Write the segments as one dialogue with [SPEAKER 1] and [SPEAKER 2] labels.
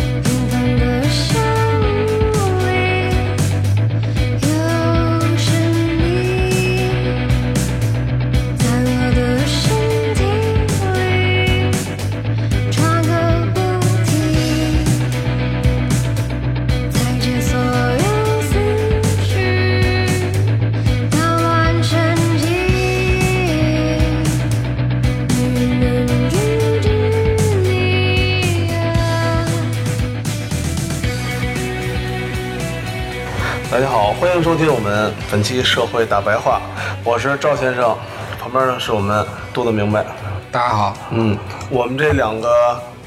[SPEAKER 1] 凡的生命有是你，在我的身体里转个不停，带着所有思绪到完成体。女人与之一样。
[SPEAKER 2] 大家好，欢迎收听我们本期《社会大白话》，我是赵先生，旁边呢是我们杜子明白。
[SPEAKER 3] 大家好，
[SPEAKER 2] 嗯，我们这两个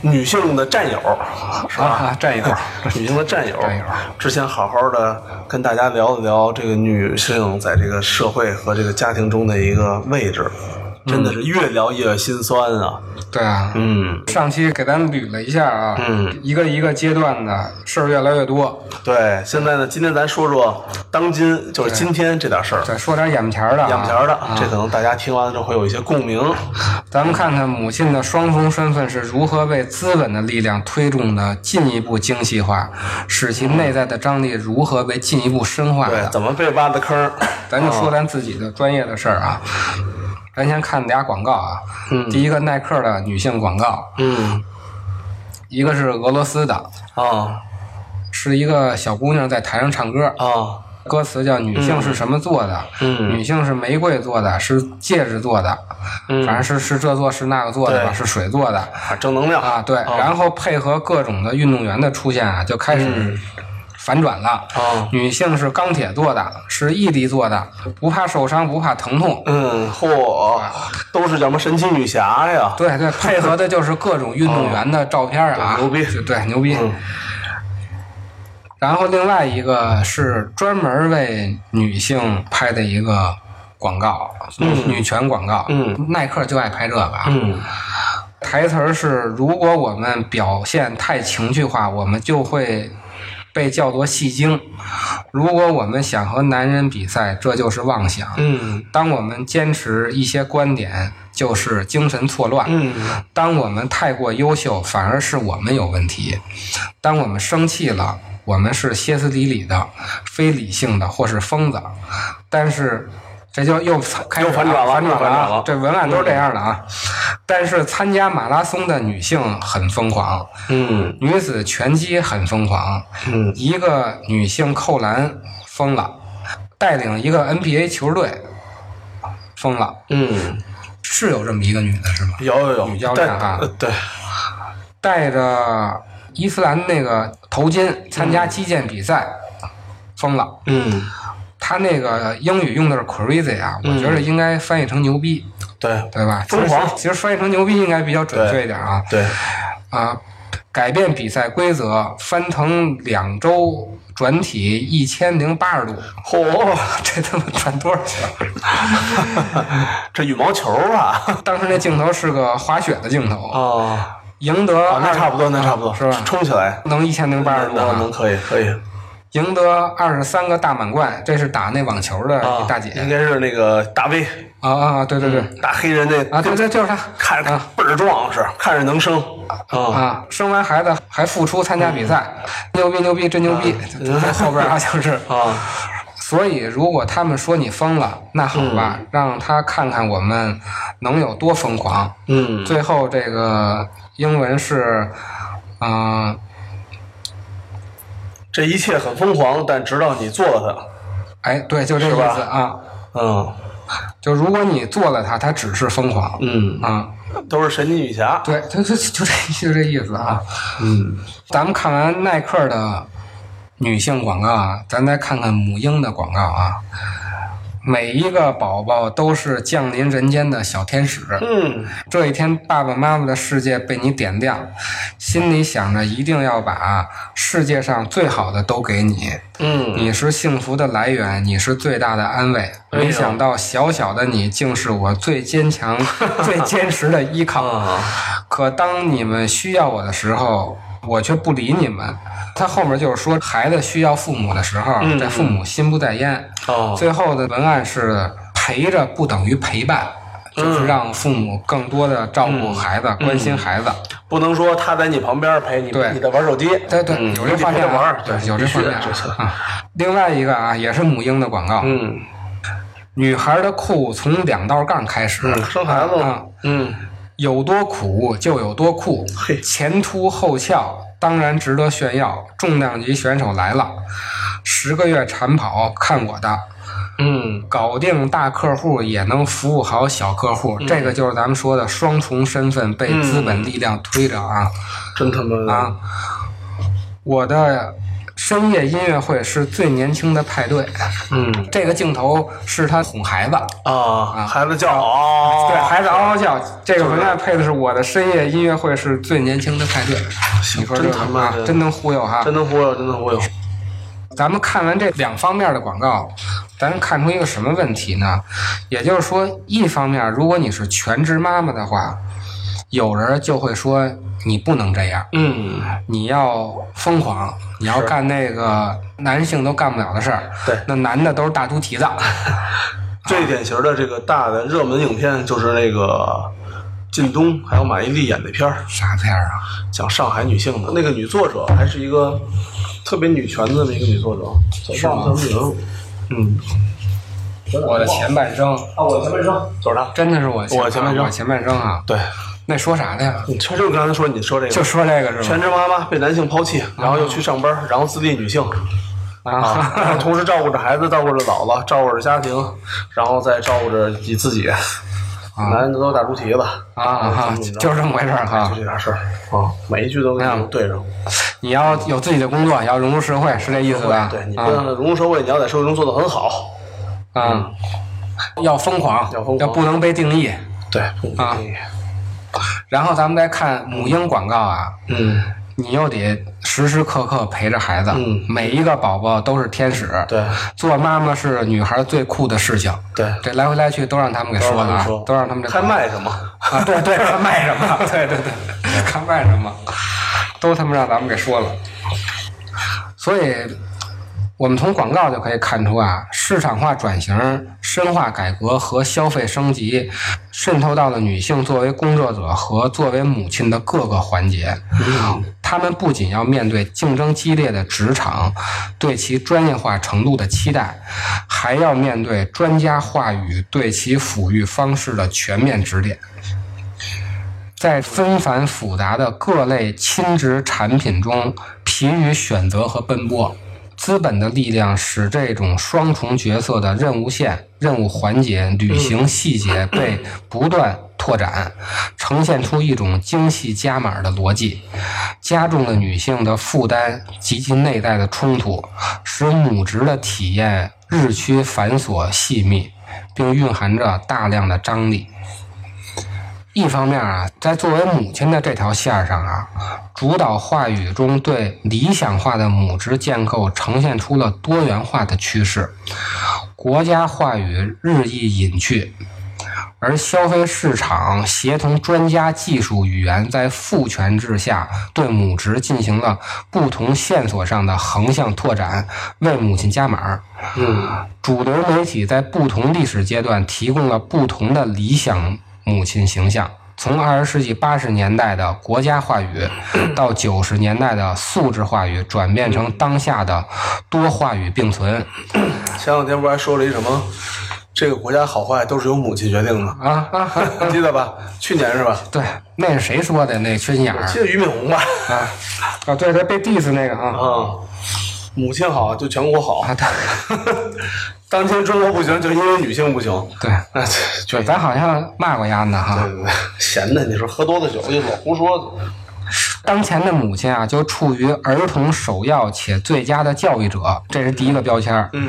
[SPEAKER 2] 女性的战友，是吧？
[SPEAKER 3] 啊战友
[SPEAKER 2] 女性的战友，
[SPEAKER 3] 战友
[SPEAKER 2] 之前好好的跟大家聊一聊这个女性在这个社会和这个家庭中的一个位置，
[SPEAKER 3] 嗯
[SPEAKER 2] 真的是越聊越心酸啊。
[SPEAKER 3] 对啊，
[SPEAKER 2] 嗯，
[SPEAKER 3] 上期给咱捋了一下啊，
[SPEAKER 2] 嗯，
[SPEAKER 3] 一个一个阶段的事儿越来越多，
[SPEAKER 2] 对，现在呢，今天咱说说当今，就是今天这点事儿。
[SPEAKER 3] 再说点眼前儿的、啊，
[SPEAKER 2] 眼前儿的，
[SPEAKER 3] 啊
[SPEAKER 2] 这可能大家听完了之后会有一些共鸣。
[SPEAKER 3] 咱们看看母亲的双重身份是如何被资本的力量推动的进一步精细化，使其内在的张力如何被进一步深化
[SPEAKER 2] 对，
[SPEAKER 3] 的。
[SPEAKER 2] 怎么被挖的坑儿？
[SPEAKER 3] 咱就说咱自己的专业的事儿啊。咱先看俩广告啊，第一个耐克的女性广告，
[SPEAKER 2] 嗯
[SPEAKER 3] 一个是俄罗斯的，嗯
[SPEAKER 2] 啊
[SPEAKER 3] 是一个小姑娘在台上唱歌，
[SPEAKER 2] 啊
[SPEAKER 3] 歌词叫“女性是什么做的？
[SPEAKER 2] 嗯
[SPEAKER 3] 女性是玫瑰做的，是戒指做的，反正是是这做是那个做的吧，
[SPEAKER 2] 嗯对
[SPEAKER 3] 是水做的
[SPEAKER 2] 啊，正能量
[SPEAKER 3] 啊。对，然后配合各种的运动员的出现啊，就开
[SPEAKER 2] 嗯
[SPEAKER 3] 始反转了。
[SPEAKER 2] 啊
[SPEAKER 3] 女性是钢铁做的，是毅力做的，不怕受伤，不怕疼痛。
[SPEAKER 2] 嗯，嚯，都是叫什么神奇女侠呀？
[SPEAKER 3] 对对，配合的就是各种运动员的照片啊，
[SPEAKER 2] 哦对牛逼嗯
[SPEAKER 3] 就对，牛逼。然后另外一个是专门为女性拍的一个广告，女权广告。
[SPEAKER 2] 嗯，
[SPEAKER 3] 耐克就爱拍这个啊。
[SPEAKER 2] 嗯
[SPEAKER 3] 台词儿是：如果我们表现太情绪化，我们就会被叫做戏精；如果我们想和男人比赛，这就是妄想。
[SPEAKER 2] 嗯
[SPEAKER 3] 当我们坚持一些观点，就是精神错乱；
[SPEAKER 2] 嗯
[SPEAKER 3] 当我们太过优秀，反而是我们有问题；当我们生气了，我们是歇斯底里的、非理性的或是疯子。但是这就又开始
[SPEAKER 2] 又反转了
[SPEAKER 3] 啊反转
[SPEAKER 2] 又反转了嗯
[SPEAKER 3] 啊！这文案都是这样的啊。但是参加马拉松的女性很疯狂，
[SPEAKER 2] 嗯
[SPEAKER 3] 女子拳击很疯狂，
[SPEAKER 2] 嗯
[SPEAKER 3] 一个女性扣篮疯了，带领一个 NBA 球队疯了，
[SPEAKER 2] 嗯，
[SPEAKER 3] 是有这么一个女的是吗？
[SPEAKER 2] 有有
[SPEAKER 3] 女
[SPEAKER 2] 有，
[SPEAKER 3] 妖
[SPEAKER 2] 对
[SPEAKER 3] 战啊
[SPEAKER 2] 呃对，
[SPEAKER 3] 戴着伊斯兰那个头巾参加击剑比赛，疯了。
[SPEAKER 2] 嗯
[SPEAKER 3] 她那个英语用的是 crazy 啊，我觉得应该翻译成牛逼，
[SPEAKER 2] 对
[SPEAKER 3] 对吧？
[SPEAKER 2] 嗯疯狂
[SPEAKER 3] 其实其实翻译成牛逼应该比较准确一点啊
[SPEAKER 2] 对，嗯
[SPEAKER 3] 啊！改变比赛规则，翻腾两周转体一千零八十度，
[SPEAKER 2] 嚯，
[SPEAKER 3] 这他妈转多少圈？
[SPEAKER 2] 这羽毛球啊
[SPEAKER 3] 当时那镜头是个滑雪的镜头，
[SPEAKER 2] 啊，
[SPEAKER 3] 赢得
[SPEAKER 2] 啊那
[SPEAKER 3] 二
[SPEAKER 2] 差不多，那差不多，
[SPEAKER 3] 是吧？
[SPEAKER 2] 冲起来，
[SPEAKER 3] 能一千零八十
[SPEAKER 2] 能
[SPEAKER 3] 度啊，
[SPEAKER 2] 能能可以可以
[SPEAKER 3] 赢得二十三个大满贯，这是打那网球的
[SPEAKER 2] 啊，
[SPEAKER 3] 一大
[SPEAKER 2] 应
[SPEAKER 3] 姐
[SPEAKER 2] 该嗯是那个大 V，
[SPEAKER 3] 啊啊，对对对，
[SPEAKER 2] 大黑人那
[SPEAKER 3] 啊对对就是她
[SPEAKER 2] 看着
[SPEAKER 3] 啊
[SPEAKER 2] 倍儿壮实，看着能生啊，嗯
[SPEAKER 3] 啊，生完孩子还复出参加比赛，牛逼牛逼真牛逼，在后 边啊就是
[SPEAKER 2] 啊，
[SPEAKER 3] 所以如果他们说你疯了，那好吧，
[SPEAKER 2] 嗯
[SPEAKER 3] 让他看看我们能有多疯狂。
[SPEAKER 2] 嗯
[SPEAKER 3] 最后这个英文是，嗯、
[SPEAKER 2] 这一切很疯狂，但直到你做了
[SPEAKER 3] 哎，对，就这个
[SPEAKER 2] 是吧
[SPEAKER 3] 意思啊。
[SPEAKER 2] 它，嗯
[SPEAKER 3] 就如果你做了它，它只是疯狂。
[SPEAKER 2] 嗯。
[SPEAKER 3] 啊、
[SPEAKER 2] 都是神奇女侠。
[SPEAKER 3] 对，就就就这就这意思啊。
[SPEAKER 2] 嗯
[SPEAKER 3] 咱们看完耐克的女性广告啊，咱再看看母婴的广告啊。每一个宝宝都是降临人间的小天使。
[SPEAKER 2] 嗯，
[SPEAKER 3] 这一天，爸爸妈妈的世界被你点亮，心里想着一定要把世界上最好的都给你。
[SPEAKER 2] 嗯，
[SPEAKER 3] 你是幸福的来源，你是最大的安慰。
[SPEAKER 2] 哎呦
[SPEAKER 3] 没想到小小的你，竟是我最坚 强、最坚实的依靠。
[SPEAKER 2] 啊，
[SPEAKER 3] 可当你们需要我的时候，我却不理你们。他后面就是说，孩子需要父母的时候，这父母心不在焉。
[SPEAKER 2] 嗯哦，
[SPEAKER 3] 最后的文案是陪着不等于陪伴，
[SPEAKER 2] 嗯
[SPEAKER 3] 就是让父母更多的照顾孩子，关心孩子。
[SPEAKER 2] 不能说他在你旁边陪你，
[SPEAKER 3] 对
[SPEAKER 2] 你在玩手机。
[SPEAKER 3] 对对，
[SPEAKER 2] 嗯
[SPEAKER 3] 有这画面
[SPEAKER 2] 你陪他
[SPEAKER 3] 啊
[SPEAKER 2] 玩儿
[SPEAKER 3] 对，
[SPEAKER 2] 对
[SPEAKER 3] 有这
[SPEAKER 2] 必须
[SPEAKER 3] 画
[SPEAKER 2] 的
[SPEAKER 3] 面啊
[SPEAKER 2] 这是
[SPEAKER 3] 啊。另外一个啊，也是母婴的广告，
[SPEAKER 2] 嗯
[SPEAKER 3] 女孩的苦从两道杠开始，
[SPEAKER 2] 嗯，生孩子
[SPEAKER 3] 啊
[SPEAKER 2] 了，嗯，
[SPEAKER 3] 有多苦就有多酷
[SPEAKER 2] 嘿，
[SPEAKER 3] 前凸后翘，当然值得炫耀。重量级选手来了，十个月长跑看我的，
[SPEAKER 2] 嗯，
[SPEAKER 3] 搞定大客户也能服务好小客户，
[SPEAKER 2] 嗯
[SPEAKER 3] 这个就是咱们说的双重身份被资本力量推着啊。
[SPEAKER 2] 真他妈的
[SPEAKER 3] 啊，我的深夜音乐会是最年轻的派对，
[SPEAKER 2] 嗯
[SPEAKER 3] 这个镜头是他哄孩子，
[SPEAKER 2] 啊，孩子叫哦嗷，
[SPEAKER 3] 对孩子嗷嗷叫，这个文案配的是我的深夜音乐会是最年轻的派对，你说这
[SPEAKER 2] 真
[SPEAKER 3] 个
[SPEAKER 2] 他妈
[SPEAKER 3] 啊
[SPEAKER 2] 的
[SPEAKER 3] 真能忽悠哈
[SPEAKER 2] 真！能忽悠，真能忽悠。
[SPEAKER 3] 啊咱们看完这两方面的广告，咱看出一个什么问题呢？也就是说，一方面，如果你是全职妈妈的话，有人就会说你不能这样，
[SPEAKER 2] 嗯，
[SPEAKER 3] 你要疯狂，你要干那个男性都干不了的事儿。
[SPEAKER 2] 对
[SPEAKER 3] 那男的都是大猪蹄 子。
[SPEAKER 2] 最典型的这个大的热门影片就是那个靳东还有马伊琍演的片儿，
[SPEAKER 3] 啥片儿啊？
[SPEAKER 2] 讲上海女性的。那个女作者还是一个特别女权的那么一个女作者，
[SPEAKER 3] 是吗啊
[SPEAKER 2] 忘了她名儿。嗯，
[SPEAKER 3] 我的前半生，
[SPEAKER 2] 啊，我前半生就是她。
[SPEAKER 3] 真的是我
[SPEAKER 2] 我前半生
[SPEAKER 3] 我前半生啊。
[SPEAKER 2] 对，
[SPEAKER 3] 那说啥的呀？
[SPEAKER 2] 你确实嗯刚才说你说这个，
[SPEAKER 3] 就说这个是
[SPEAKER 2] 全
[SPEAKER 3] 吧？
[SPEAKER 2] 职妈妈被男性抛弃，然后又去上班，然后自立女性。啊， 然后
[SPEAKER 3] 啊，
[SPEAKER 2] 同时照顾着孩子，照顾着姥姥，照顾着家庭，然后再照顾着你自己。男人都是大猪蹄子
[SPEAKER 3] 啊啊，
[SPEAKER 2] 怎么着
[SPEAKER 3] 就是哎这么回事儿哈
[SPEAKER 2] 哎就。这点事儿啊，每一句都跟你对上。
[SPEAKER 3] 你要有自己的工作，也要融入社会，是这意思吧？
[SPEAKER 2] 对你不
[SPEAKER 3] 啊
[SPEAKER 2] 能融入社会，你要在社会中做得很好。
[SPEAKER 3] 啊，要疯狂，
[SPEAKER 2] 要疯狂
[SPEAKER 3] 不能被定义。
[SPEAKER 2] 对
[SPEAKER 3] 啊然后咱们再看母婴广告啊，
[SPEAKER 2] 嗯，
[SPEAKER 3] 你又得时时刻刻陪着孩子，
[SPEAKER 2] 嗯
[SPEAKER 3] 每一个宝宝都是天使。
[SPEAKER 2] 对
[SPEAKER 3] 做妈妈是女孩最酷的事情。
[SPEAKER 2] 对，
[SPEAKER 3] 这来回来去都让他们给说了啊，都让他们这
[SPEAKER 2] 还卖什么？
[SPEAKER 3] 啊， 对对，看卖什么， 对对对，看卖什么，都他妈让咱们给说了。所以，我们从广告就可以看出啊，市场化转型、深化改革和消费升级渗透到了女性作为工作者和作为母亲的各个环节。她们不仅要面对竞争激烈的职场对其专业化程度的期待，还要面对专家话语对其抚育方式的全面指点。在纷繁复杂的各类亲职产品中疲于选择和奔波。资本的力量使这种双重角色的任务线、任务环节、履行细节被不断拓展，呈现出一种精细加码的逻辑，加重了女性的负担及其内在的冲突，使母职的体验日趋繁琐细密，并蕴含着大量的张力。一方面啊，在作为母亲的这条线儿上啊，主导话语中对理想化的母职建构呈现出了多元化的趋势，国家话语日益隐去，而消费市场协同专家技术语言在父权制下对母职进行了不同线索上的横向拓展，为母亲加码儿。
[SPEAKER 2] 嗯，
[SPEAKER 3] 主流媒体在不同历史阶段提供了不同的理想母亲形象，从二十世纪八十年代的国家话语，到九十年代的素质话语，转变成当下的多话语并存
[SPEAKER 2] 前两天不是还说了一什么？这个国家好坏都是由母亲决定的，
[SPEAKER 3] 啊啊啊！
[SPEAKER 2] 记得吧？去年是吧？
[SPEAKER 3] 对，那是谁说的？那缺心眼儿
[SPEAKER 2] 记得俞敏洪吧？
[SPEAKER 3] 啊啊！对对，被 diss 那个啊
[SPEAKER 2] 啊，母亲好就全国好
[SPEAKER 3] 啊，。对
[SPEAKER 2] 当今中国不行，就因为女性不行。
[SPEAKER 3] 对
[SPEAKER 2] 哎，就
[SPEAKER 3] 对，咱好像骂过丫呢哈。
[SPEAKER 2] 闲的，你说喝多的酒就老胡说。
[SPEAKER 3] 当前的母亲啊，就处于儿童首要且最佳的教育者，这是第一个标签。嗯，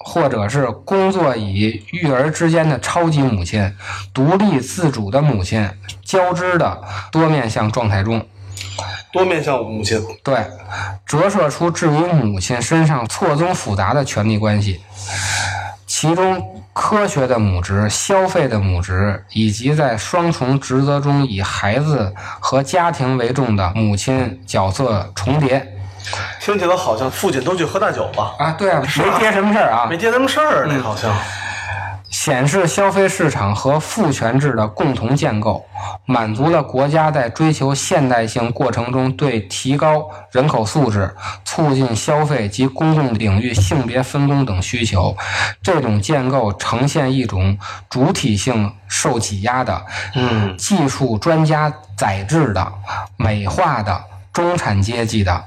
[SPEAKER 3] 或者是工作与育儿之间的超级母亲，独立自主的母亲，交织的多面向状态中。
[SPEAKER 2] 多面向母亲，
[SPEAKER 3] 对，折射出置于母亲身上错综复杂的权力关系。其中科学的母职、消费的母职，以及在双重职责中以孩子和家庭为重的母亲角色重叠
[SPEAKER 2] 听起来好像父亲都去喝大酒吧，
[SPEAKER 3] 啊，对啊，没憋什么事儿啊
[SPEAKER 2] 没，接什么事儿呢，好像。
[SPEAKER 3] 显示消费市场和父权制的共同建构，满足了国家在追求现代性过程中对提高人口素质、促进消费及公共领域性别分工等需求。这种建构呈现一种主体性受挤压的、
[SPEAKER 2] 嗯，
[SPEAKER 3] 技术专家载制的、美化的中产阶级的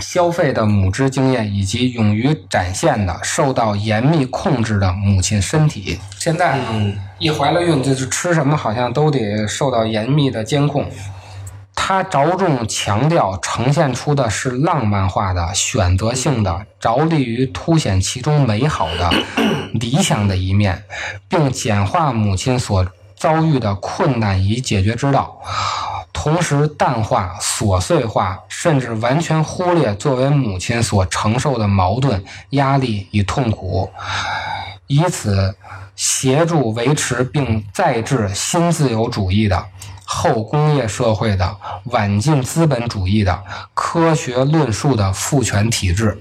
[SPEAKER 3] 消费的母职经验，以及勇于展现的受到严密控制的母亲身体。现在一怀了孕，就是吃什么好像都得受到严密的监控。它着重强调呈现出的是浪漫化的、选择性的，着力于凸显其中美好的、理想的一面，并简化母亲所遭遇的困难以解决之道，同时淡化、琐碎化，甚至完全忽略作为母亲所承受的矛盾、压力与痛苦。以此协助维持并再制新自由主义的、后工业社会的、晚近资本主义的科学论述的父权体制。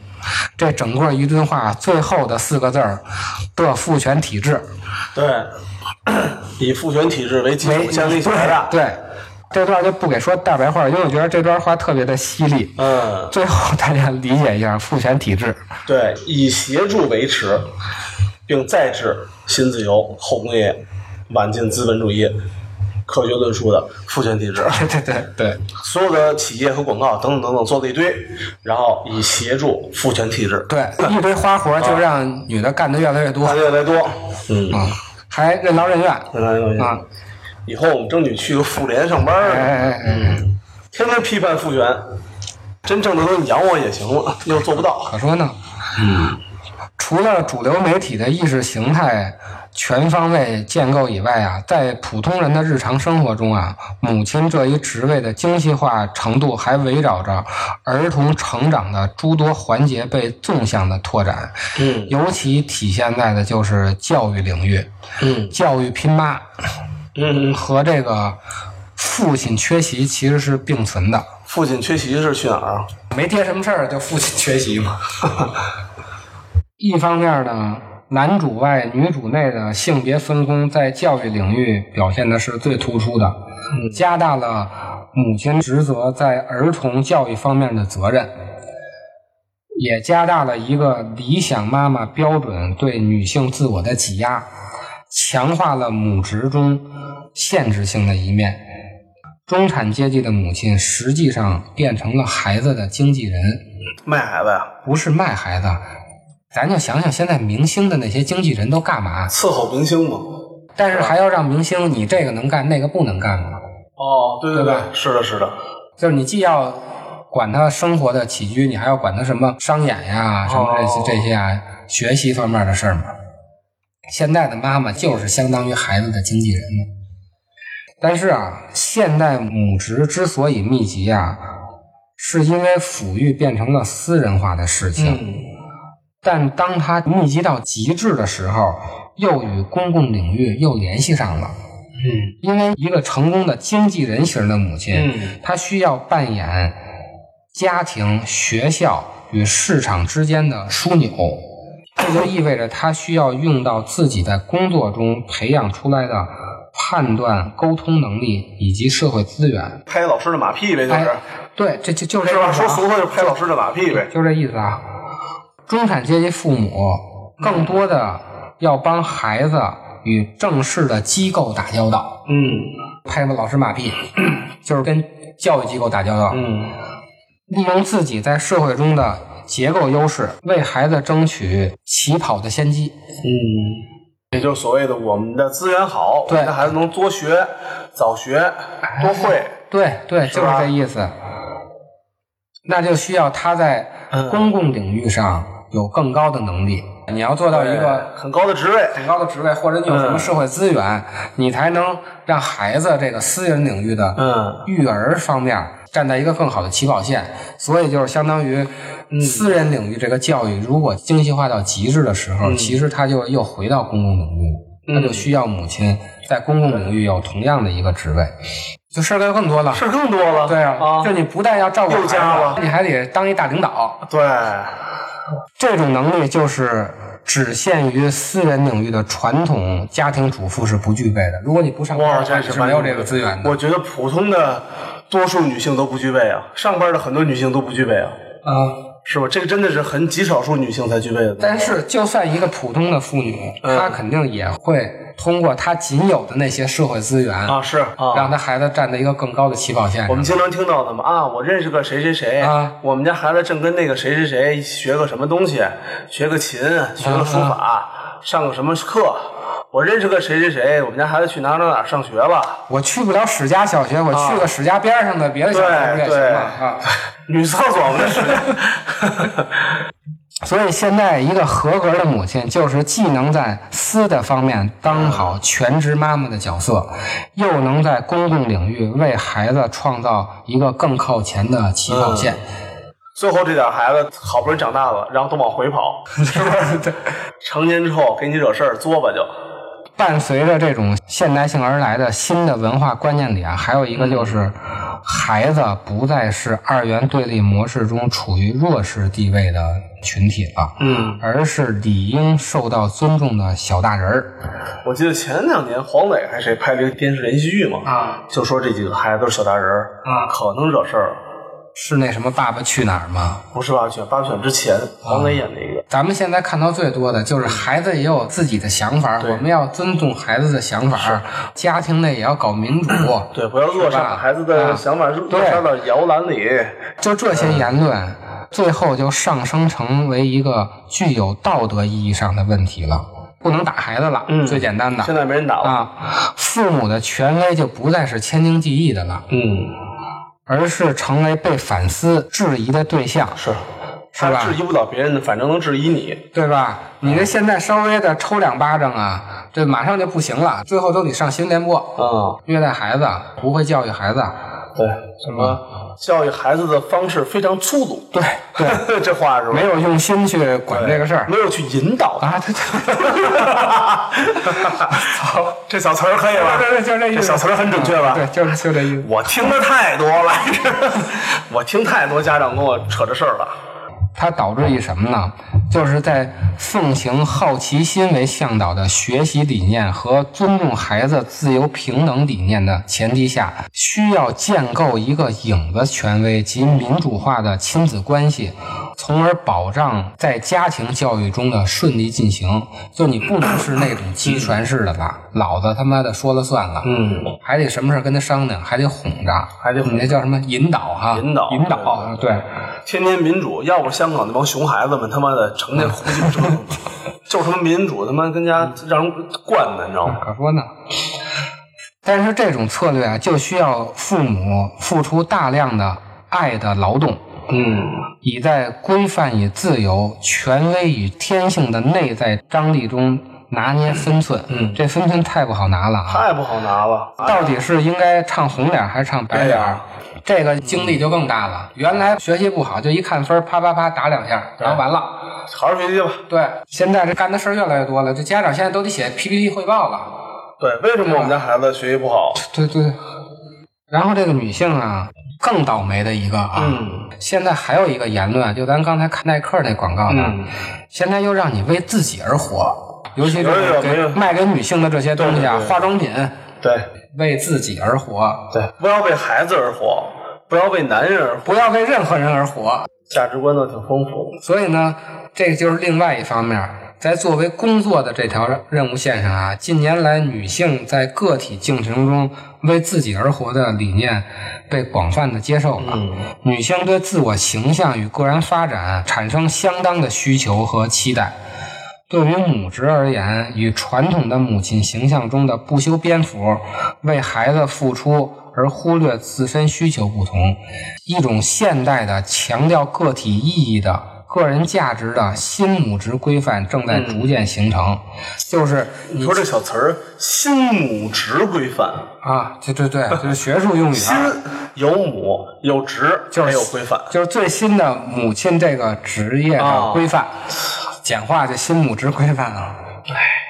[SPEAKER 3] 这整个一顿话最后的四个字儿的父权体制
[SPEAKER 2] 对，以父权体制为基
[SPEAKER 3] 为
[SPEAKER 2] 础建立起来的。
[SPEAKER 3] 对，这段就不给说大白话，因为我觉得这段话特别的犀利。
[SPEAKER 2] 嗯，
[SPEAKER 3] 最后大家理解一下父权体制。
[SPEAKER 2] 对，以协助维持，并再制新自由、后工业、晚近资本主义、科学论述的父权体制。
[SPEAKER 3] 对对对对。
[SPEAKER 2] 所有的企业和广告等等等等做了一堆，然后以协助父权体制，
[SPEAKER 3] 对，一堆花活就让女的干的越来越多
[SPEAKER 2] 干
[SPEAKER 3] 啊、
[SPEAKER 2] 得越来越多。嗯，
[SPEAKER 3] 还任劳任怨
[SPEAKER 2] 越来越多
[SPEAKER 3] 啊！
[SPEAKER 2] 以后我们争取去个妇联上班
[SPEAKER 3] 哎
[SPEAKER 2] 儿，
[SPEAKER 3] 哎哎，
[SPEAKER 2] 天天批判父权，真正的都你养我也行了，又做不到。
[SPEAKER 3] 可说呢。嗯，除了主流媒体的意识形态全方位建构以外啊，在普通人的日常生活中啊，母亲这一职位的精细化程度还围绕着儿童成长的诸多环节被纵向的拓展，
[SPEAKER 2] 嗯
[SPEAKER 3] 尤其体现在的就是教育领域，
[SPEAKER 2] 嗯
[SPEAKER 3] 教育拼妈。
[SPEAKER 2] 嗯嗯，
[SPEAKER 3] 和这个父亲缺席其实是并存的，
[SPEAKER 2] 父亲缺席是去哪儿啊？
[SPEAKER 3] 没爹什么事儿就父亲缺席嘛。一方面呢，男主外女主内的性别分工在教育领域表现的是最突出的，加大了母亲职责在儿童教育方面的责任。也加大了一个理想妈妈标准对女性自我的挤压，强化了母职中限制性的一面。中产阶级的母亲实际上变成了孩子的经纪人，
[SPEAKER 2] 卖啊孩子呀、
[SPEAKER 3] 不是卖孩子。咱就想想现在明星的那些经纪人都干嘛？
[SPEAKER 2] 伺候明星嘛。
[SPEAKER 3] 但是还要让明星你这个能干，那个不能干吗？
[SPEAKER 2] 哦，对对
[SPEAKER 3] 对
[SPEAKER 2] 对，是的，是的，
[SPEAKER 3] 就是你既要管他生活的起居，你还要管他什么商演呀、什么这些
[SPEAKER 2] 哦
[SPEAKER 3] 这些啊，学习方面的事儿嘛。现在的妈妈就是相当于孩子的经纪人嘛。但是啊，现代母职之所以密集啊，是因为抚育变成了私人化的事情。
[SPEAKER 2] 嗯
[SPEAKER 3] 但当它密集到极致的时候，又与公共领域又联系上了。
[SPEAKER 2] 嗯
[SPEAKER 3] 因为一个成功的经纪人型的母亲，
[SPEAKER 2] 嗯
[SPEAKER 3] 她需要扮演家庭、学校与市场之间的枢纽，这就意味着她需要用到自己在工作中培养出来的判断、沟通能力以及社会资源。
[SPEAKER 2] 拍老师的马屁呗，就是、
[SPEAKER 3] 哎，对，这就就这
[SPEAKER 2] 是吧？
[SPEAKER 3] 意思
[SPEAKER 2] 说
[SPEAKER 3] 啊
[SPEAKER 2] 俗话就是拍老师的马屁呗。
[SPEAKER 3] 就这意思啊。中产阶级父母更多的要帮孩子与正式的机构打交道。
[SPEAKER 2] 嗯
[SPEAKER 3] 拍什么老师马屁，就是跟教育机构打交道，
[SPEAKER 2] 嗯
[SPEAKER 3] 利用自己在社会中的结构优势，为孩子争取起跑的先机。
[SPEAKER 2] 嗯，也就是所谓的我们的资源好，
[SPEAKER 3] 对哎
[SPEAKER 2] 我们的孩子能多学、早学、多会。
[SPEAKER 3] 对对，就是
[SPEAKER 2] 吧
[SPEAKER 3] 这意思。那就需要他在
[SPEAKER 2] 嗯
[SPEAKER 3] 公共领域上有更高的能力。你要做到一个
[SPEAKER 2] 很高的职位，
[SPEAKER 3] 很高的职位，或者你有什
[SPEAKER 2] 嗯
[SPEAKER 3] 么社会资源，你才能让孩子这个私人领域的
[SPEAKER 2] 嗯
[SPEAKER 3] 育儿方面站在一个更好的起跑线。所以就是相当于
[SPEAKER 2] 嗯
[SPEAKER 3] 私人领域这个教育，如果精细化到极致的时候，
[SPEAKER 2] 嗯
[SPEAKER 3] 其实它就又回到公共领域了。它就需要母亲在公共领域有同样的一个职位，就事儿就更多了。
[SPEAKER 2] 事儿更多了。
[SPEAKER 3] 对
[SPEAKER 2] 啊，
[SPEAKER 3] 就你不但要照顾
[SPEAKER 2] 又加
[SPEAKER 3] 孩
[SPEAKER 2] 了
[SPEAKER 3] 子，你还得当一大领导。
[SPEAKER 2] 对，
[SPEAKER 3] 这种能力就是只限于私人领域的传统家庭主妇是不具备的。如果你不上班
[SPEAKER 2] 哇，
[SPEAKER 3] 的话，
[SPEAKER 2] 这
[SPEAKER 3] 你
[SPEAKER 2] 是
[SPEAKER 3] 是没有这个资源的。
[SPEAKER 2] 我觉得普通的多数女性都不具备啊，上班的很多女性都不具备啊，
[SPEAKER 3] 啊、
[SPEAKER 2] 是吧？这个真的是很极少数女性才具备的。
[SPEAKER 3] 但是就算一个普通的妇女，
[SPEAKER 2] 嗯
[SPEAKER 3] 她肯定也会通过她仅有的那些社会资源，
[SPEAKER 2] 啊，是啊，
[SPEAKER 3] 让她孩子站在一个更高的起跑线上。
[SPEAKER 2] 我们经常听到的嘛啊，我认识个谁谁谁
[SPEAKER 3] 啊
[SPEAKER 2] 我们家孩子正跟那个谁谁谁学个什么东西，学个琴，学个
[SPEAKER 3] 啊
[SPEAKER 2] 书法，上个什么课。我认识个谁谁谁，我们家孩子去哪儿哪儿哪儿上学了。
[SPEAKER 3] 我去不了史家小学，我去个史家边上的别的小学不
[SPEAKER 2] 啊对
[SPEAKER 3] 也行
[SPEAKER 2] 对
[SPEAKER 3] 吗？啊。
[SPEAKER 2] 女厕所我们是
[SPEAKER 3] 所以现在一个合格的母亲，就是既能在私的方面当
[SPEAKER 2] 嗯
[SPEAKER 3] 好全职妈妈的角色，又能在公共领域为孩子创造一个更靠前的起
[SPEAKER 2] 嗯
[SPEAKER 3] 跑线。
[SPEAKER 2] 最后这点孩子好不容易长大了，然后都往回跑，是不是？对， 成年之后给你惹事儿，作吧就。
[SPEAKER 3] 伴随着这种现代性而来的新的文化观念里啊，还有
[SPEAKER 2] 嗯
[SPEAKER 3] 一个就是，孩子不再是二元对立模式中处于弱势地位的群体了，
[SPEAKER 2] 嗯，
[SPEAKER 3] 而是理应受到尊重的小大人儿
[SPEAKER 2] 我记得前两年黄磊还是谁拍了一个电视连续剧嘛，
[SPEAKER 3] 啊。
[SPEAKER 2] 就说这几个孩子都是小大人儿
[SPEAKER 3] 啊
[SPEAKER 2] 可能惹事儿了。
[SPEAKER 3] 是那什么《爸爸去哪儿》吗？
[SPEAKER 2] 不是八选，八选之前黄磊演的一个，
[SPEAKER 3] 咱们现在看到最多的就是孩子也有自己的想法，
[SPEAKER 2] 嗯对
[SPEAKER 3] 我们要尊重孩子的想法，家庭内也要搞民主。
[SPEAKER 2] 对，不要扼
[SPEAKER 3] 是吧啊
[SPEAKER 2] 杀孩子的想法，
[SPEAKER 3] 对
[SPEAKER 2] 扼杀到摇篮里。
[SPEAKER 3] 就这些言论，最后就上升成为一个具有道德意义上的问题了，不能打孩子了，
[SPEAKER 2] 嗯
[SPEAKER 3] 最简单的
[SPEAKER 2] 现在没人打了。
[SPEAKER 3] 啊，父母的权威就不再是千经济义的了，
[SPEAKER 2] 嗯，
[SPEAKER 3] 而是成为被反思、质疑的对象。
[SPEAKER 2] 是，
[SPEAKER 3] 是吧
[SPEAKER 2] 他啊质疑不了别人的，反正能质疑你。
[SPEAKER 3] 对吧？你这现在稍微的抽两巴掌啊，这马上就不行了，最后都得上新闻联播。
[SPEAKER 2] 啊，
[SPEAKER 3] 虐待孩子，不会教育孩子，
[SPEAKER 2] 对，什么教育孩子的方式非常粗鲁。
[SPEAKER 3] 对对，
[SPEAKER 2] 这话是吧？
[SPEAKER 3] 没有用心去管这个事儿
[SPEAKER 2] 没有去引导 他。
[SPEAKER 3] 啊，对对
[SPEAKER 2] 操，这小词儿可以
[SPEAKER 3] 对对，就这意思，
[SPEAKER 2] 这小词儿很准确吧
[SPEAKER 3] 对，就是就这意思。
[SPEAKER 2] 我听的太多了， 我听太多家长跟我扯这事儿了。
[SPEAKER 3] 它导致于什么呢？就是在奉行好奇心为向导的学习理念和尊重孩子自由平等理念的前提下，需要建构一个影子权威及民主化的亲子关系，从而保障在家庭教育中的顺利进行。就你不能是那种集权式的吧，老子他妈的说了算了，
[SPEAKER 2] 嗯，
[SPEAKER 3] 还得什么事儿跟他商量，还得哄着，
[SPEAKER 2] 还得哄
[SPEAKER 3] 你那叫什么引导哈？
[SPEAKER 2] 引导
[SPEAKER 3] 引导，对。
[SPEAKER 2] 天天民主，要不香港那帮熊孩子们他妈的成天胡鸡巴折腾，就他妈民主，他妈跟家让人惯的，你知道吗？
[SPEAKER 3] 可说呢。但是这种策略啊，就需要父母付出大量的爱的劳动，
[SPEAKER 2] 嗯，
[SPEAKER 3] 以在规范与自由、权威与天性的内在张力中拿捏分寸。
[SPEAKER 2] 嗯
[SPEAKER 3] 这分寸太不好拿了啊！
[SPEAKER 2] 太不好拿了。啊
[SPEAKER 3] 到底是应该唱红脸儿还是唱白脸儿？这个精力就更大了。原来学习不好，就一看分儿，啪啪啪打两下，然后完了。
[SPEAKER 2] 好好学习吧。
[SPEAKER 3] 对，现在这干的事儿越来越多了，这家长现在都得写 PPT 汇报了。
[SPEAKER 2] 对，为什么我们家孩子学习不好？
[SPEAKER 3] 对对。然后这个女性啊，更倒霉的一个啊，
[SPEAKER 2] 嗯
[SPEAKER 3] 现在还有一个言论，就咱刚才看耐克那广告呢，
[SPEAKER 2] 嗯
[SPEAKER 3] 现在又让你为自己而活，尤其
[SPEAKER 2] 哎
[SPEAKER 3] 是
[SPEAKER 2] 呀没
[SPEAKER 3] 给
[SPEAKER 2] 有
[SPEAKER 3] 卖给女性的这些东西啊，
[SPEAKER 2] 对对对
[SPEAKER 3] 化妆品，
[SPEAKER 2] 对
[SPEAKER 3] 为自己而活，
[SPEAKER 2] 对，不要为孩子而活，不要为男人而活，
[SPEAKER 3] 不要为任何人而活。
[SPEAKER 2] 价值观都挺丰富的。
[SPEAKER 3] 所以呢，这个就是另外一方面，在作为工作的这条任务线上啊，近年来女性在个体进程中为自己而活的理念被广泛的接受了。女性对自我形象与个人发展产生相当的需求和期待。对于母职而言，与传统的母亲形象中的不修边幅、为孩子付出而忽略自身需求不同，一种现代的强调个体意义的个人价值的新母职规范正在逐渐形成，就是
[SPEAKER 2] 你
[SPEAKER 3] 你
[SPEAKER 2] 说这小词儿“新母职规范
[SPEAKER 3] 啊，对对对，就是学术用”，语
[SPEAKER 2] 新
[SPEAKER 3] 啊，
[SPEAKER 2] 有母有职，
[SPEAKER 3] 就是
[SPEAKER 2] 还有规范。
[SPEAKER 3] 就是最新的母亲这个职业的
[SPEAKER 2] 哦
[SPEAKER 3] 规范，简化就新母职规范啊，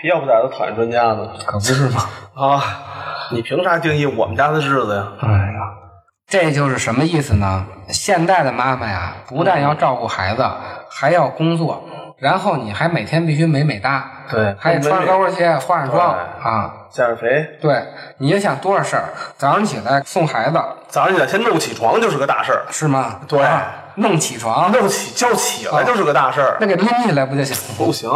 [SPEAKER 2] 要不咋都讨厌专家呢？
[SPEAKER 3] 可不是吗？
[SPEAKER 2] 啊，你凭啥定义我们家的日子呀？
[SPEAKER 3] 哎呀，这就是什么意思呢？现在的妈妈呀，不但要照顾孩子，还要工作，然后你还每天必须美美哒，
[SPEAKER 2] 对
[SPEAKER 3] 还得穿高跟鞋、化上妆
[SPEAKER 2] 对
[SPEAKER 3] 啊。
[SPEAKER 2] 减减肥，
[SPEAKER 3] 对，你就想多少事儿？早上起来送孩子
[SPEAKER 2] 早上起来先弄起床就是个大事儿，
[SPEAKER 3] 是吗？
[SPEAKER 2] 对
[SPEAKER 3] 啊弄起床，
[SPEAKER 2] 弄起叫起
[SPEAKER 3] 啊
[SPEAKER 2] 来就是个大事儿。
[SPEAKER 3] 那给拎起来不就行？
[SPEAKER 2] 不行，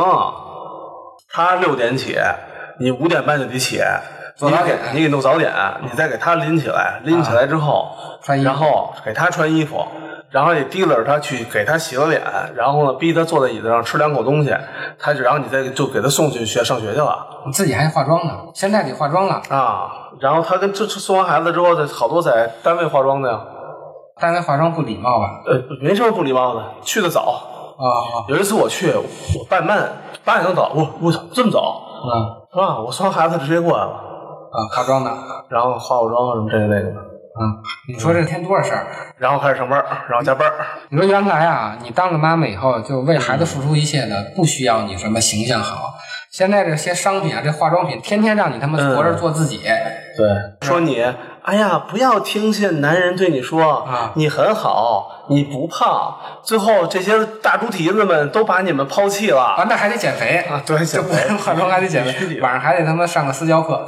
[SPEAKER 2] 他六点起，你五点半就得起，
[SPEAKER 3] 做
[SPEAKER 2] 你
[SPEAKER 3] 早
[SPEAKER 2] 给
[SPEAKER 3] 点
[SPEAKER 2] 你给弄早点，你再给他拎起来，拎起来之后，
[SPEAKER 3] 啊穿衣服
[SPEAKER 2] 然后给他穿衣服，然后也提溜着他去给他洗了脸，然后呢逼他坐在椅子上吃两口东西，他就然后你再就给他送去学上学去了
[SPEAKER 3] 你自己还化妆呢，现在得化妆了，
[SPEAKER 2] 啊。然后他跟这这送完孩子之后，这好多在单位化妆的呀，
[SPEAKER 3] 单位化妆不礼貌吧？
[SPEAKER 2] 呃，没什么不礼貌的，去的早。
[SPEAKER 3] 啊、哦，
[SPEAKER 2] 有一次我去，我半慢八点钟早，我我操这么早
[SPEAKER 3] 嗯
[SPEAKER 2] 是吧？我送完孩子直接过来了。
[SPEAKER 3] 啊，化妆呢，
[SPEAKER 2] 然后化化妆什么这一类的，
[SPEAKER 3] 嗯，你说这天多少事儿？
[SPEAKER 2] 然后开始上班，然后加班。
[SPEAKER 3] 你说原来啊，你当了妈妈以后，就为孩子付出一切的，不需要你什么形象好。现在这些商品啊，这化妆品，天天让你他妈
[SPEAKER 2] 嗯
[SPEAKER 3] 活着做自己。嗯
[SPEAKER 2] 对，说你，哎呀，不要听信男人对你说
[SPEAKER 3] 啊
[SPEAKER 2] 你很好，你不胖。最后这些大猪蹄子们都把你们抛弃
[SPEAKER 3] 啊
[SPEAKER 2] 了。，
[SPEAKER 3] 那还得减肥
[SPEAKER 2] 啊对
[SPEAKER 3] 就
[SPEAKER 2] 减
[SPEAKER 3] 不
[SPEAKER 2] 肥
[SPEAKER 3] 能化妆还得减
[SPEAKER 2] 必须
[SPEAKER 3] 肥，
[SPEAKER 2] 得
[SPEAKER 3] 晚上还得他妈上个私教课，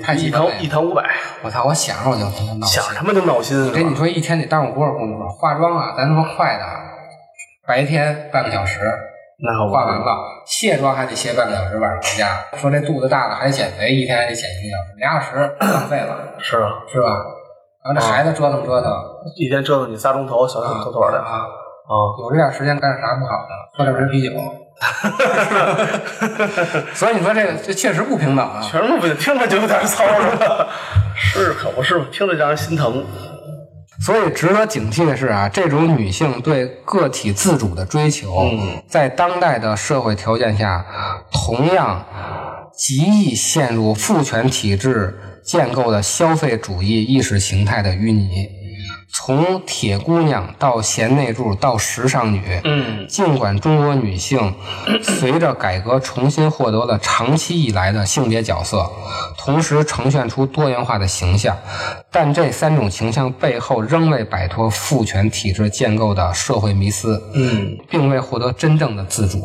[SPEAKER 3] 太鸡
[SPEAKER 2] 一
[SPEAKER 3] 巴
[SPEAKER 2] 堂
[SPEAKER 3] 累
[SPEAKER 2] 一
[SPEAKER 3] 了。
[SPEAKER 2] 堂五百，
[SPEAKER 3] 我操，我想着我就他妈闹心
[SPEAKER 2] 想。什么就闹心
[SPEAKER 3] 我跟
[SPEAKER 2] 是
[SPEAKER 3] 你
[SPEAKER 2] 吧？
[SPEAKER 3] 说，一天得耽误多少功夫？化妆啊，咱说快的，白天半个小时
[SPEAKER 2] 那可不
[SPEAKER 3] 化完了，卸妆还得卸半个小时，晚上回家。说这肚子大了还得减肥，一天还得减一个小时，俩小时浪费了。
[SPEAKER 2] 是啊，
[SPEAKER 3] 是吧？然后这孩子折腾折腾，
[SPEAKER 2] 一天折腾你仨钟头，小小妥妥的啊。
[SPEAKER 3] 啊，有这点时间干啥不好呢？喝两瓶啤酒。所以你说这个这确实不平等啊。
[SPEAKER 2] 全部不行，听着就有点骚了，是可不是嘛，听着让人心疼。
[SPEAKER 3] 所以值得警惕的是啊，这种女性对个体自主的追求，
[SPEAKER 2] 嗯
[SPEAKER 3] 在当代的社会条件下，同样极易陷入父权体制建构的消费主义意识形态的淤泥。从铁姑娘到贤内助到时尚女，
[SPEAKER 2] 嗯，
[SPEAKER 3] 尽管中国女性随着改革重新获得了长期以来的性别角色，同时呈现出多元化的形象，但这三种形象背后仍未摆脱父权体制建构的社会迷思，
[SPEAKER 2] 嗯，
[SPEAKER 3] 并未获得真正的自主。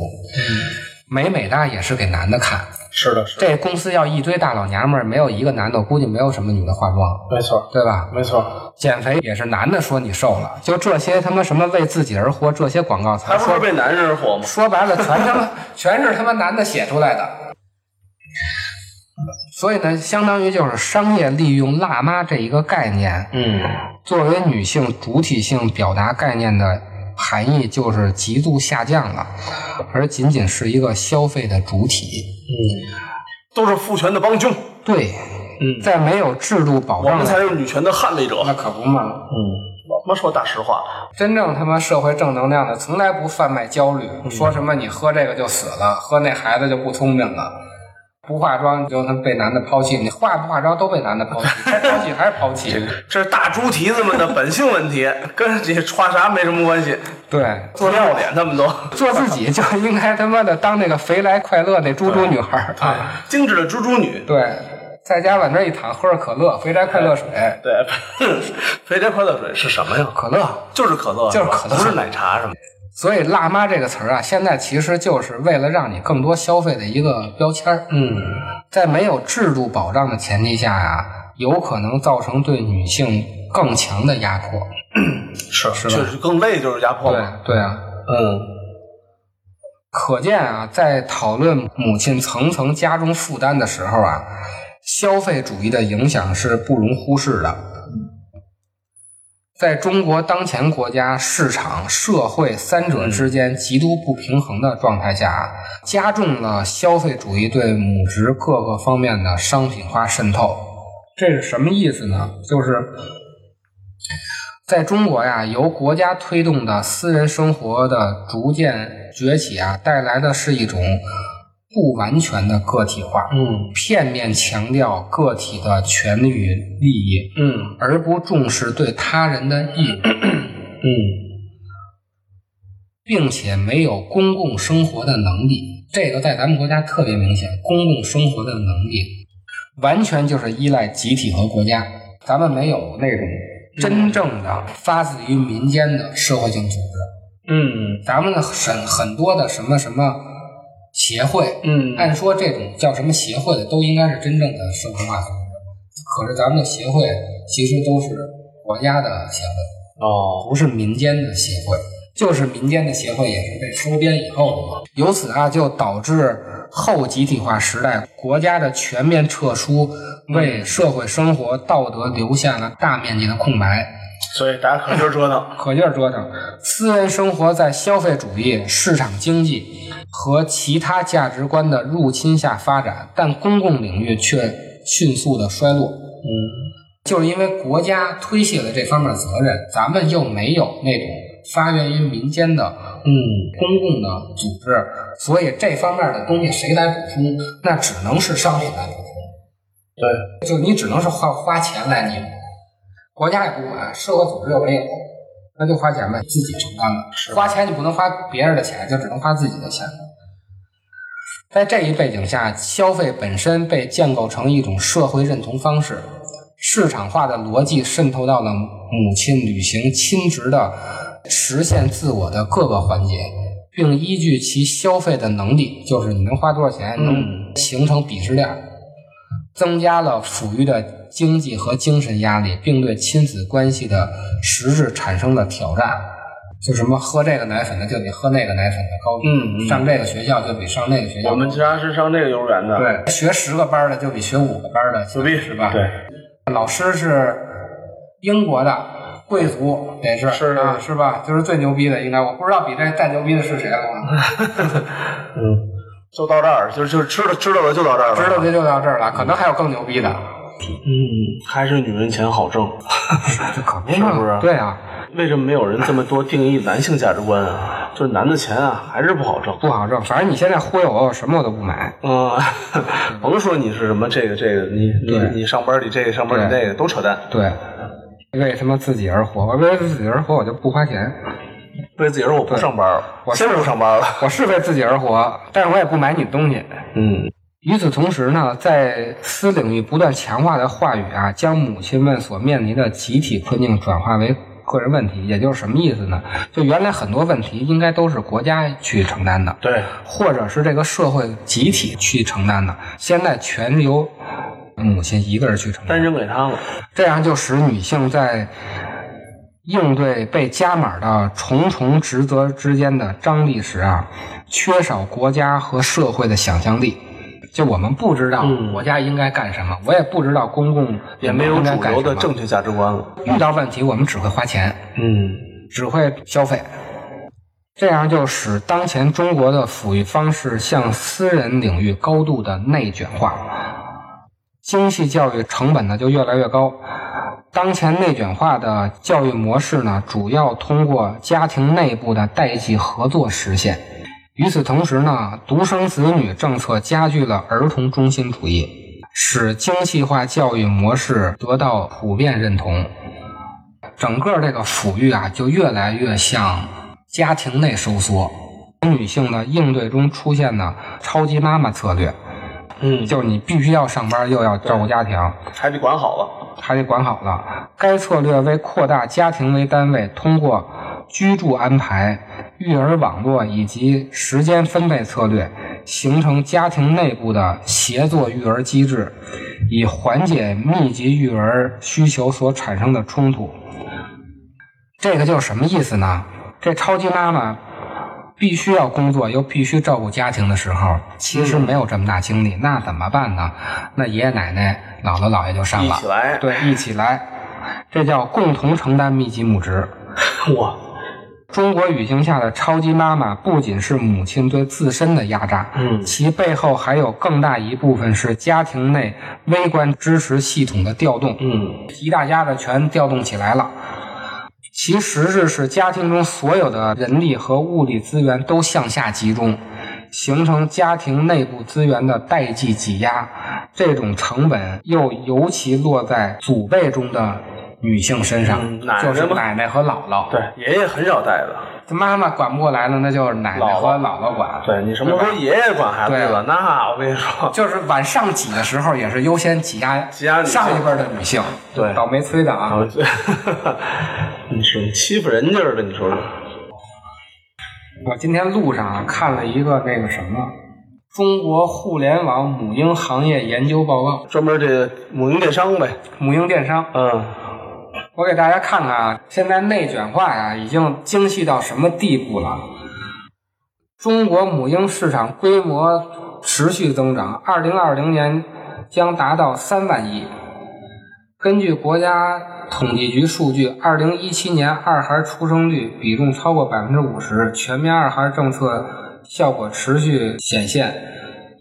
[SPEAKER 3] 美美哒也是给男的看，
[SPEAKER 2] 是的，是的，
[SPEAKER 3] 这公司要一堆大老娘们儿，没有一个男的，我估计没有什么女的化妆，
[SPEAKER 2] 没错，
[SPEAKER 3] 对吧？
[SPEAKER 2] 没错，
[SPEAKER 3] 减肥也是男的说你瘦了，就这些他妈什么为自己而活这些广告词
[SPEAKER 2] 还
[SPEAKER 3] 儿，
[SPEAKER 2] 不
[SPEAKER 3] 说
[SPEAKER 2] 是被男人火吗？
[SPEAKER 3] 说白了，全他 妈全是他妈男的写出来的。所以呢，相当于就是商业利用“辣妈”这一个概念，
[SPEAKER 2] 嗯，
[SPEAKER 3] 作为女性主体性表达概念的含义，就是极度下降了，而仅仅是一个消费的主体。
[SPEAKER 2] 都是父权的帮凶，
[SPEAKER 3] 对，
[SPEAKER 2] 嗯
[SPEAKER 3] 在没有制度保
[SPEAKER 2] 我
[SPEAKER 3] 障
[SPEAKER 2] 们才
[SPEAKER 3] 的，
[SPEAKER 2] 是女权的捍卫者。
[SPEAKER 3] 那可不嘛。
[SPEAKER 2] 嗯，我他妈说大实话，
[SPEAKER 3] 真正他妈社会正能量的，从来不贩卖焦虑，
[SPEAKER 2] 嗯
[SPEAKER 3] 说什么你喝这个就死了，喝那孩子就不聪明了，不化妆就能被男的抛弃，你化不化妆都被男的抛 弃，该抛弃还是抛弃。
[SPEAKER 2] 这是大猪蹄子们的本性问 题，跟这刷啥没什么关系。
[SPEAKER 3] 对，
[SPEAKER 2] 做尿脸他们都
[SPEAKER 3] 做自己就应该他妈的当那个肥来快乐那猪猪女孩儿啊，
[SPEAKER 2] 精致的猪猪女，
[SPEAKER 3] 对，在家往这一躺，喝着可乐，肥宅快乐水，哎
[SPEAKER 2] 对， 肥宅快乐水是什么呀？
[SPEAKER 3] 可乐。
[SPEAKER 2] 就是可乐，
[SPEAKER 3] 就是可乐
[SPEAKER 2] 不是奶茶什么。
[SPEAKER 3] 所以“辣妈”这个词儿啊，现在其实就是为了让你更多消费的一个标签儿。嗯，在没有制度保障的前提下呀、有可能造成对女性更强的压迫。
[SPEAKER 2] 是是，就是更累，就是压迫嘛。
[SPEAKER 3] 对啊，
[SPEAKER 2] 嗯，
[SPEAKER 3] 可见啊，在讨论母亲层层加重负担的时候啊，消费主义的影响是不容忽视的。在中国当前国家市场、社会三者之间极度不平衡的状态下啊，加重了消费主义对母职各个方面的商品化渗透。这是什么意思呢？就是在中国呀，由国家推动的私人生活的逐渐崛起啊，带来的是一种不完全的个体化，
[SPEAKER 2] 嗯
[SPEAKER 3] 片面强调个体的权利与利益，
[SPEAKER 2] 嗯
[SPEAKER 3] 而不重视对他人的义务，
[SPEAKER 2] 嗯
[SPEAKER 3] 并且没有公共生活的能力。这个在咱们国家特别明显，公共生活的能力完全就是依赖集体和国家，咱们没有那种真正的发自于民间的社会性组织。
[SPEAKER 2] 嗯
[SPEAKER 3] 咱们的很很多的什么什么协会，
[SPEAKER 2] 嗯
[SPEAKER 3] 按说这种叫什么协会的都应该是真正的社会化组织，可是咱们的协会其实都是国家的协会，
[SPEAKER 2] 哦
[SPEAKER 3] 不是民间的协会。就是民间的协会也是被收编以后的嘛，由此啊就导致后集体化时代国家的全面撤出，为社会生活道德留下了大面积的空白。
[SPEAKER 2] 所以大家可劲儿折 腾。
[SPEAKER 3] 可劲儿折腾。私人生活在消费主义、市场经济和其他价值观的入侵下发展，但公共领域却迅速的衰落。嗯，就是因为国家推卸了这方面的责任，咱们又没有那种发源于民间的
[SPEAKER 2] 嗯
[SPEAKER 3] 公共的组织，所以这方面的东西谁来补充？那只能是商品来补充。
[SPEAKER 2] 对，
[SPEAKER 3] 就你只能是花花钱来弥补，国家也不管，社会组织又没有，那就花钱呗，自己承担了。花钱你不能花别人的钱，就只能花自己的钱。在这一背景下，消费本身被建构成一种社会认同方式，市场化的逻辑渗透到了母亲履行亲职的实现自我的各个环节，并依据其消费的能力，就是你能花多少钱，能形成鄙视链。增加了抚育的经济和精神压力，并对亲子关系的实质产生了挑战。就什么喝这个奶粉的就比喝那个奶粉的高，
[SPEAKER 2] 嗯嗯
[SPEAKER 3] 上这个学校就比上那个学校高，
[SPEAKER 2] 我们家是上这个幼儿园的，，
[SPEAKER 3] 对学十个班儿的就比学五个班儿的
[SPEAKER 2] 自闭
[SPEAKER 3] 是吧？
[SPEAKER 2] 对，，
[SPEAKER 3] 老师是英国的贵族，得是
[SPEAKER 2] 是
[SPEAKER 3] 啊，是吧？就是最牛逼的，应该我不知道比这再牛逼的是谁了。
[SPEAKER 2] 嗯，就到这儿，就就知道知道了就到这儿了，
[SPEAKER 3] 知道这就到这儿了，可能还有更牛逼的，
[SPEAKER 2] 嗯，还是女人钱好挣，
[SPEAKER 3] 这可不
[SPEAKER 2] 是不是
[SPEAKER 3] 对啊，
[SPEAKER 2] 为什么没有人这么多定义男性价值观啊？就是男的钱啊，还是不好挣。
[SPEAKER 3] 不好挣。反正你现在忽悠我，我什么我都不买。
[SPEAKER 2] 嗯， 甭说你是什么这个这个，你你
[SPEAKER 3] 对
[SPEAKER 2] 你上班里这个上班里
[SPEAKER 3] 对
[SPEAKER 2] 那个都扯淡，
[SPEAKER 3] 对，为他妈自己而活，我为了自己而活，我就不花钱。
[SPEAKER 2] 为自己说我不上班了，
[SPEAKER 3] 我是
[SPEAKER 2] 先不上班了。
[SPEAKER 3] 我是为自己而活，但是我也不买你的东西。
[SPEAKER 2] 嗯
[SPEAKER 3] 与此同时呢，在私领域不断强化的话语啊，将母亲们所面临的集体困境转化为个人问题，也就是什么意思呢？就原来很多问题应该都是国家去承担的，
[SPEAKER 2] 对，
[SPEAKER 3] 或者是这个社会集体去承担的，现在全由母亲一个人去承担
[SPEAKER 2] 单。扔给他了。
[SPEAKER 3] 这样就使女性在应对被加码的重重职责之间的张力时啊，缺少国家和社会的想象力。就我们不知道
[SPEAKER 2] 嗯
[SPEAKER 3] 国家应该干什么，我也不知道公共
[SPEAKER 2] 也没有
[SPEAKER 3] 应该
[SPEAKER 2] 主
[SPEAKER 3] 干
[SPEAKER 2] 流的
[SPEAKER 3] 什么
[SPEAKER 2] 正确价值观了。
[SPEAKER 3] 遇到问题，我们只会花钱。
[SPEAKER 2] 嗯，
[SPEAKER 3] 只会消费。这样就使当前中国的抚育方式向私人领域高度的内卷化，精细教育成本呢就越来越高。当前内卷化的教育模式呢，主要通过家庭内部的代际合作实现。与此同时呢，独生子女政策加剧了儿童中心主义，使精细化教育模式得到普遍认同。整个这个抚育啊，就越来越向家庭内收缩。女性的应对中出现了超级妈妈策略，
[SPEAKER 2] 嗯
[SPEAKER 3] 就是你必须要上班，又要照顾家庭，
[SPEAKER 2] 还得管好了。
[SPEAKER 3] 还得管好了。该策略为扩大家庭为单位，通过居住安排、育儿网络以及时间分配策略，形成家庭内部的协作育儿机制，以缓解密集育儿需求所产生的冲突。这个就是什么意思呢？这超级妈妈必须要工作，又必须照顾家庭的时候，其实没有这么大精力，那怎么办呢？那爷爷奶奶、姥姥姥爷就上
[SPEAKER 2] 一
[SPEAKER 3] 了，
[SPEAKER 2] 起来，
[SPEAKER 3] 对，一起来，这叫共同承担密集母职。
[SPEAKER 2] 哇，
[SPEAKER 3] 中国语境下的超级妈妈不仅是母亲对自身的压榨，
[SPEAKER 2] 嗯
[SPEAKER 3] 其背后还有更大一部分是家庭内微观支持系统的调动，
[SPEAKER 2] 嗯
[SPEAKER 3] 一大家子全调动起来了。其实是使家庭中所有的人力和物力资源都向下集中，形成家庭内部资源的代际挤压。这种成本又尤其落在祖辈中的女性身上，
[SPEAKER 2] 嗯奶奶
[SPEAKER 3] 就是
[SPEAKER 2] 嘛
[SPEAKER 3] 奶奶和姥姥。
[SPEAKER 2] 对，爷爷很少带的。
[SPEAKER 3] 妈妈管不过来了，那就是奶奶和姥姥管。
[SPEAKER 2] 对你什么时候
[SPEAKER 3] 对吧
[SPEAKER 2] 爷爷管孩子
[SPEAKER 3] 对
[SPEAKER 2] 了？那我跟你 说，
[SPEAKER 3] 就是往上挤的时候，也是优先挤压
[SPEAKER 2] 挤压女性
[SPEAKER 3] 上一辈的女性。
[SPEAKER 2] 对嗯
[SPEAKER 3] 倒霉催的啊。
[SPEAKER 2] 你说你欺负人家似的，你说说。
[SPEAKER 3] 我今天路上啊看了一个那个什么《中国互联网母婴行业研究报告》，
[SPEAKER 2] 专门这个母婴电商呗，
[SPEAKER 3] 母婴电商。
[SPEAKER 2] 嗯，
[SPEAKER 3] 我给大家看看啊，现在内卷化呀、已经精细到什么地步了？中国母婴市场规模持续增长，二零二零年将达到三万亿。根据国家统计局数据，二零一七年二孩出生率比重超过百分之五十，全面二孩政策效果持续显现。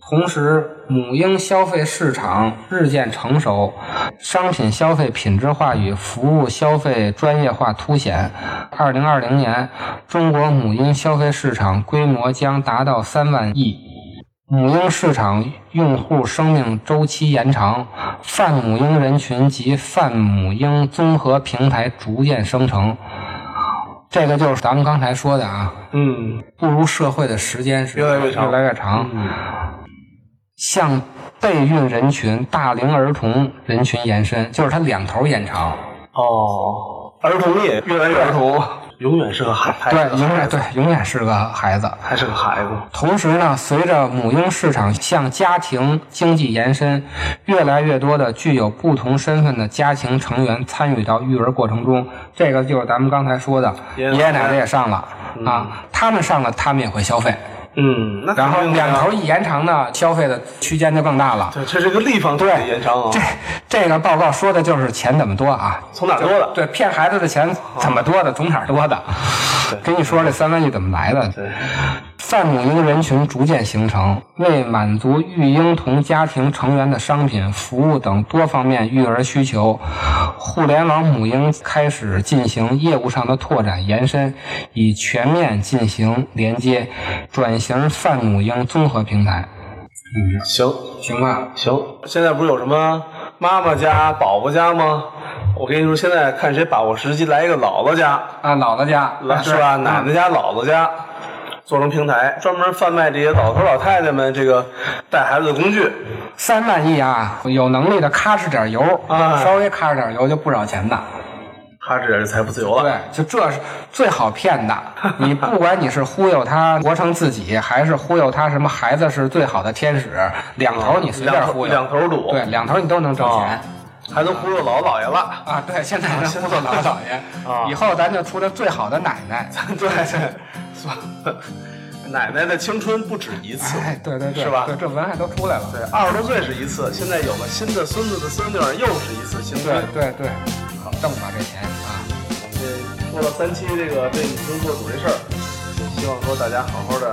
[SPEAKER 3] 同时，母婴消费市场日渐成熟，商品消费品质化与服务消费专业化凸显。二零二零年，中国母婴消费市场规模将达到三万亿。母婴市场用户生命周期延长，泛母婴人群及泛母婴综合平台逐渐生成。这个就是咱们刚才说的啊，
[SPEAKER 2] 嗯，
[SPEAKER 3] 步入社会的时间是
[SPEAKER 2] 越来越长
[SPEAKER 3] 越来越长
[SPEAKER 2] 嗯
[SPEAKER 3] 向备孕人群、大龄儿童人群延伸，就是它两头延长。
[SPEAKER 2] 哦，儿童也越来越儿童，永远是个孩孩
[SPEAKER 3] 对，
[SPEAKER 2] 子，
[SPEAKER 3] 永远对，永远是个孩子。
[SPEAKER 2] 还是个孩子，
[SPEAKER 3] 同时呢，随着母婴市场向家庭经济延伸，越来越多的具有不同身份的家庭成员参与到育儿过程中，这个就是咱们刚才说的，
[SPEAKER 2] 爷
[SPEAKER 3] 爷
[SPEAKER 2] 爷
[SPEAKER 3] 爷
[SPEAKER 2] 奶
[SPEAKER 3] 奶
[SPEAKER 2] 奶
[SPEAKER 3] 奶也上了、啊，他们上了，他们也会消费，
[SPEAKER 2] 嗯，那
[SPEAKER 3] 然后
[SPEAKER 2] 肯定的呀
[SPEAKER 3] 两头，一延长呢，消费的区间就更大了。
[SPEAKER 2] 对，这是个立方体的延长啊
[SPEAKER 3] 这，这个报告说的就是钱怎么多啊，
[SPEAKER 2] 从哪儿多的？哦
[SPEAKER 3] 对，骗孩子的钱怎么多的，从哪儿多的？跟你说这三万亿怎么来的？
[SPEAKER 2] 对，
[SPEAKER 3] 泛母婴人群逐渐形成，为满足育婴童家庭成员的商品、服务等多方面育儿需求，互联网母婴开始进行业务上的拓展延伸，以全面进行连接，转型泛母婴综合平台。
[SPEAKER 2] 行
[SPEAKER 3] 行吧，
[SPEAKER 2] 行，现在不是有什么妈妈家、宝宝家吗？我跟你说，现在看谁把握时机，来一个姥姥家，
[SPEAKER 3] 啊，姥姥家
[SPEAKER 2] 来是
[SPEAKER 3] 啊
[SPEAKER 2] 吧？奶奶
[SPEAKER 3] 嗯
[SPEAKER 2] 家、姥姥家，做成平台，专门贩卖这些老头老太太们这个带孩子的工具。
[SPEAKER 3] 三万亿啊，有能力的咔哧点油，
[SPEAKER 2] 哎
[SPEAKER 3] 稍微咔哧点油就不少钱的。
[SPEAKER 2] 他这也是财富自由了。
[SPEAKER 3] 对，就这是最好 骗的。你不管你是忽悠他活成自己，还是忽悠他什么孩子是最好的天使，两头你随便
[SPEAKER 2] 两头
[SPEAKER 3] 忽悠，
[SPEAKER 2] 两头堵
[SPEAKER 3] 对，两头你都能挣钱
[SPEAKER 2] 啊。还能忽悠姥姥姥爷了。
[SPEAKER 3] 啊，对，现在能忽悠老姥爷，
[SPEAKER 2] 啊
[SPEAKER 3] 以后咱就出的最好的奶奶。
[SPEAKER 2] 对对，算了 奶奶的青春不止 一次，
[SPEAKER 3] 哎， 对对对，
[SPEAKER 2] 是吧
[SPEAKER 3] 对，这文案都出来了。
[SPEAKER 2] 对，二十多岁是一次，现在有了新的孙子的孙女儿又是一次青
[SPEAKER 3] 对
[SPEAKER 2] 春。
[SPEAKER 3] 对对，好挣吧这钱啊。
[SPEAKER 2] 这呃说了三期这个为女生做主这事儿，希望说大家好好的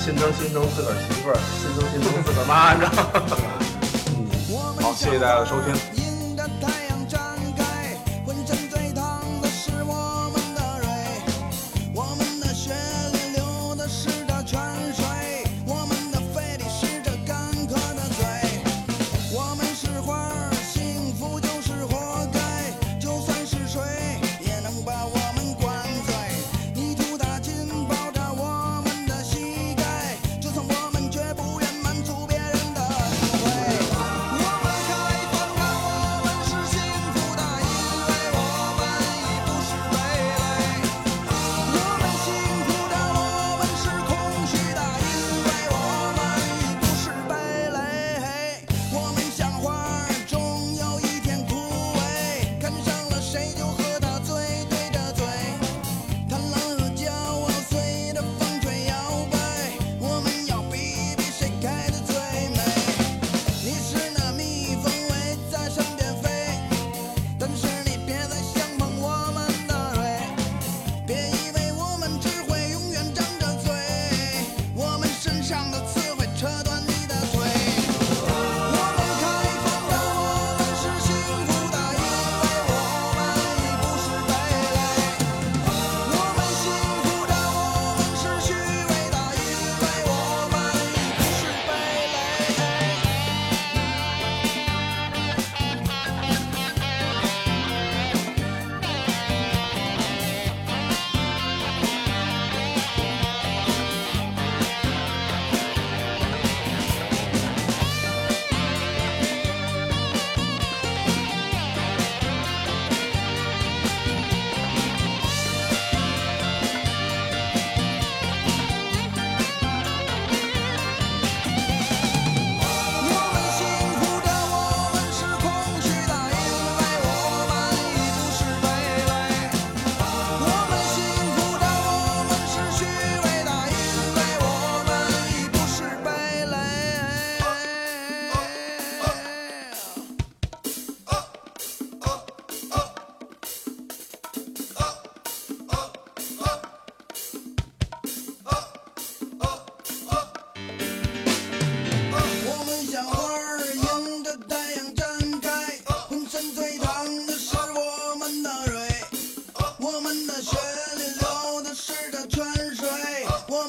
[SPEAKER 2] 心疼心疼自个儿媳妇儿，心疼心疼自个儿妈，你知道吗？嗯， 好，谢谢大家的收听。
[SPEAKER 4] 迎着太阳张开，浑身最烫的是我们的蕊，我们的血里流的是这泉水，我们的肺里是这干渴的嘴，我们是花儿，幸福就是活该，就算是水也能把我们灌醉，泥土打进包着我们的膝盖，就算我们绝不愿满足别人的体会，我们开放了我。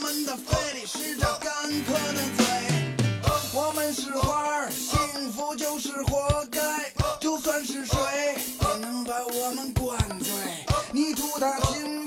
[SPEAKER 4] 们的肺里是着干渴的嘴。我们是花儿，幸福就是活该。就算是水，也能把我们灌醉。你吐它心